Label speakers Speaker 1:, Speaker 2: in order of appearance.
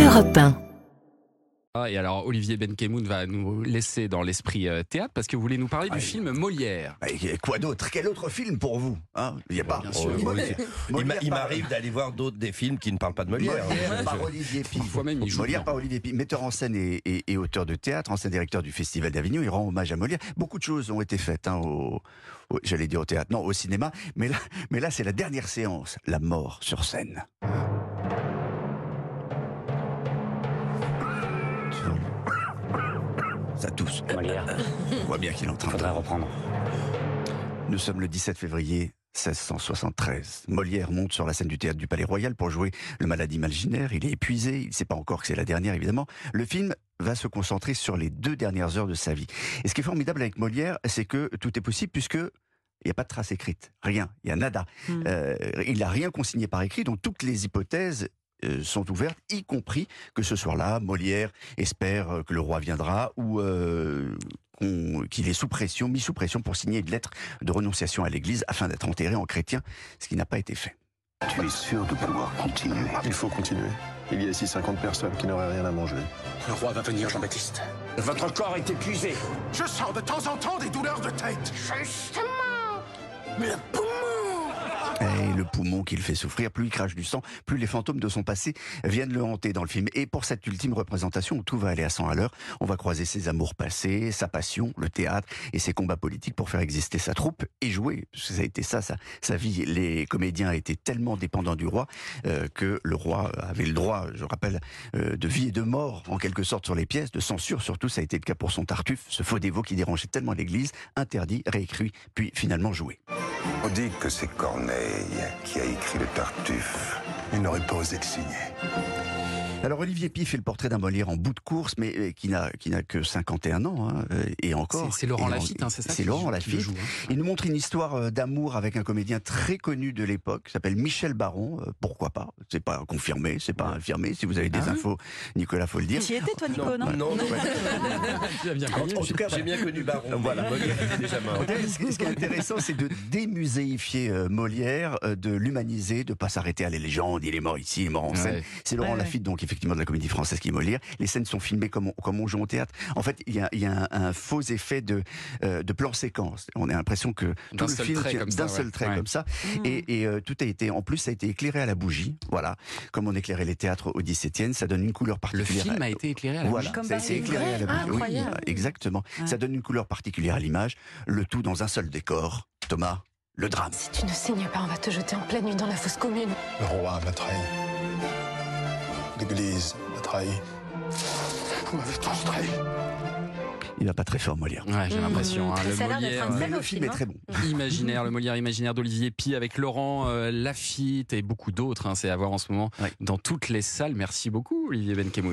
Speaker 1: Europe 1.
Speaker 2: Ah, Et alors, Olivier Benkemoun va nous laisser dans l'esprit euh, théâtre parce que vous voulez nous parler du
Speaker 3: Ah,
Speaker 2: film Molière.
Speaker 3: Et quoi d'autre Quel autre film pour vous hein Il n'y a pas.
Speaker 2: bien sûr.
Speaker 3: Molière.
Speaker 4: Il m'a-
Speaker 3: Molière
Speaker 4: Il
Speaker 3: par-
Speaker 4: m'arrive d'aller voir d'autres des films qui ne parlent pas de Molière.
Speaker 3: Molière par Olivier Py.
Speaker 2: Parfois même, il joue
Speaker 3: Molière
Speaker 2: bien.
Speaker 3: par Olivier Py, metteur en scène et, et- et auteur de théâtre, ancien directeur du Festival d'Avignon, il rend hommage à Molière. Beaucoup de choses ont été faites hein, au, au- j'allais dire au théâtre, non, au cinéma, mais là, mais là c'est la dernière séance, la mort sur scène. Ça tousse.
Speaker 5: Molière,
Speaker 3: On voit bien qu'il est en train de
Speaker 5: faudrait reprendre.
Speaker 3: Nous sommes le 17 février 1673. Molière monte sur la scène du théâtre du Palais Royal pour jouer Le malade imaginaire. Il est épuisé, il ne sait pas encore que c'est la dernière évidemment. Le film va se concentrer sur les deux dernières heures de sa vie. Et ce qui est formidable avec Molière, c'est que tout est possible puisque il n'y a pas de trace écrite, rien, il y a nada. Euh, il n'a rien consigné par écrit, donc toutes les hypothèses euh, sont ouvertes, y compris que ce soir-là, Molière espère euh, que le roi viendra ou euh, qu'on- qu'il est sous pression, mis sous pression pour signer une lettre de renonciation à l'Église afin d'être enterré en chrétien, ce qui n'a pas été fait.
Speaker 6: Tu es sûr de vouloir continuer
Speaker 7: Il faut continuer. Il y a ici 50 personnes qui n'auraient rien à manger.
Speaker 6: Le roi va venir, Jean-Baptiste. Votre corps est épuisé. Je sens de temps en temps des douleurs de tête.
Speaker 3: Et Eh, le poumon qu'il fait souffrir, plus il crache du sang, plus les fantômes de son passé viennent le hanter dans le film. Et pour cette ultime représentation où tout va aller à 100 à l'heure, on va croiser ses amours passés, sa passion, le théâtre et ses combats politiques pour faire exister sa troupe et jouer. Parce que Ça a été ça, sa, sa vie. Les comédiens étaient tellement dépendants du roi euh, que le roi avait le droit, je rappelle, euh, de vie et de mort en quelque sorte sur les pièces, de censure surtout. Ça a été le cas pour son Tartuffe, ce faux dévot qui dérangeait tellement l'église, interdit, réécrit, puis finalement joué.
Speaker 6: On dit que c'est Corneille qui a écrit le Tartuffe. Il n'aurait pas osé le signer.
Speaker 3: Alors Olivier Py fait le portrait d'un Molière en bout de course, mais euh, qui n'a qui n'a que 51 ans hein, euh, et encore.
Speaker 2: C'est- c'est Laurent
Speaker 3: Et en-
Speaker 2: Lafitte, hein, c'est ça
Speaker 3: C'est
Speaker 2: qui
Speaker 3: Laurent
Speaker 2: joue- qui le
Speaker 3: Lafitte.
Speaker 2: joue, hein.
Speaker 3: Il nous montre une histoire euh, d'amour avec un comédien très connu de l'époque, qui s'appelle Michel Baron. euh, pourquoi pas C'est pas confirmé, c'est pas infirmé. Si vous avez des
Speaker 2: Ah oui.
Speaker 3: infos, Nicolas, faut le dire.
Speaker 8: J'y étais, toi, Nico,
Speaker 4: Non,
Speaker 8: non,
Speaker 4: non, non, ouais.
Speaker 2: Il a bien connu.
Speaker 3: En tout cas,
Speaker 4: J'ai bien connu Baron. Voilà. Molière était déjà mort.
Speaker 3: En tout cas, ce qui ce qui est intéressant, c'est de démuséifier euh, Molière, euh, de l'humaniser, de pas s'arrêter à les légendes. Il est mort ici, il est mort en scène.
Speaker 2: Ah Ouais.
Speaker 3: C'est Laurent
Speaker 8: Ouais, ouais.
Speaker 3: Lafitte, donc effectivement de la comédie française qui est Molière. Les scènes sont filmées comme on, comme on joue au théâtre. En fait, il y a, il y a un, un faux effet de, euh, de plan séquence. On a l'impression que
Speaker 2: D'un
Speaker 3: tout le
Speaker 2: seul
Speaker 3: film
Speaker 2: trait
Speaker 3: tient
Speaker 2: comme ça,
Speaker 3: d'un
Speaker 2: ouais.
Speaker 3: seul trait
Speaker 2: Ouais.
Speaker 3: comme ça.
Speaker 8: Mm.
Speaker 3: Et, et, euh, tout a été, en plus, ça a été éclairé à la bougie. Voilà, comme on éclairait les théâtres au XVIIe, ça donne une couleur
Speaker 2: Le
Speaker 3: particulière.
Speaker 2: film a été éclairé à la
Speaker 3: Voilà,
Speaker 8: Ah, Comme
Speaker 3: ça-
Speaker 8: Paris.
Speaker 3: c'est éclairé à la
Speaker 8: Ah,
Speaker 3: bougie. Oui,
Speaker 8: incroyable.
Speaker 3: exactement.
Speaker 8: Ouais.
Speaker 3: Ça donne une couleur particulière à l'image, le tout dans un seul décor. Thomas, le drame.
Speaker 9: Si tu ne signes pas, on va te jeter en pleine nuit dans la fosse commune.
Speaker 7: Le roi m'a trahi. L'Église m'a trahi.
Speaker 6: Vous m'avez tous trahi.
Speaker 3: Il va pas très fort, Molière.
Speaker 2: bouche. Ouais, j'ai
Speaker 9: Mmh.
Speaker 2: l'impression. hein, le
Speaker 8: Ça a l'air d'être
Speaker 2: Molière
Speaker 8: un
Speaker 2: euh,
Speaker 8: Très
Speaker 3: Mais
Speaker 8: beau
Speaker 3: le film
Speaker 8: film,
Speaker 3: est très bon.
Speaker 2: imaginaire, le Molière imaginaire d'Olivier Py avec Laurent euh, Lafitte et beaucoup d'autres. hein, C'est à voir en ce moment
Speaker 3: Ouais.
Speaker 2: dans toutes les salles. Merci beaucoup, Olivier Benkemoun.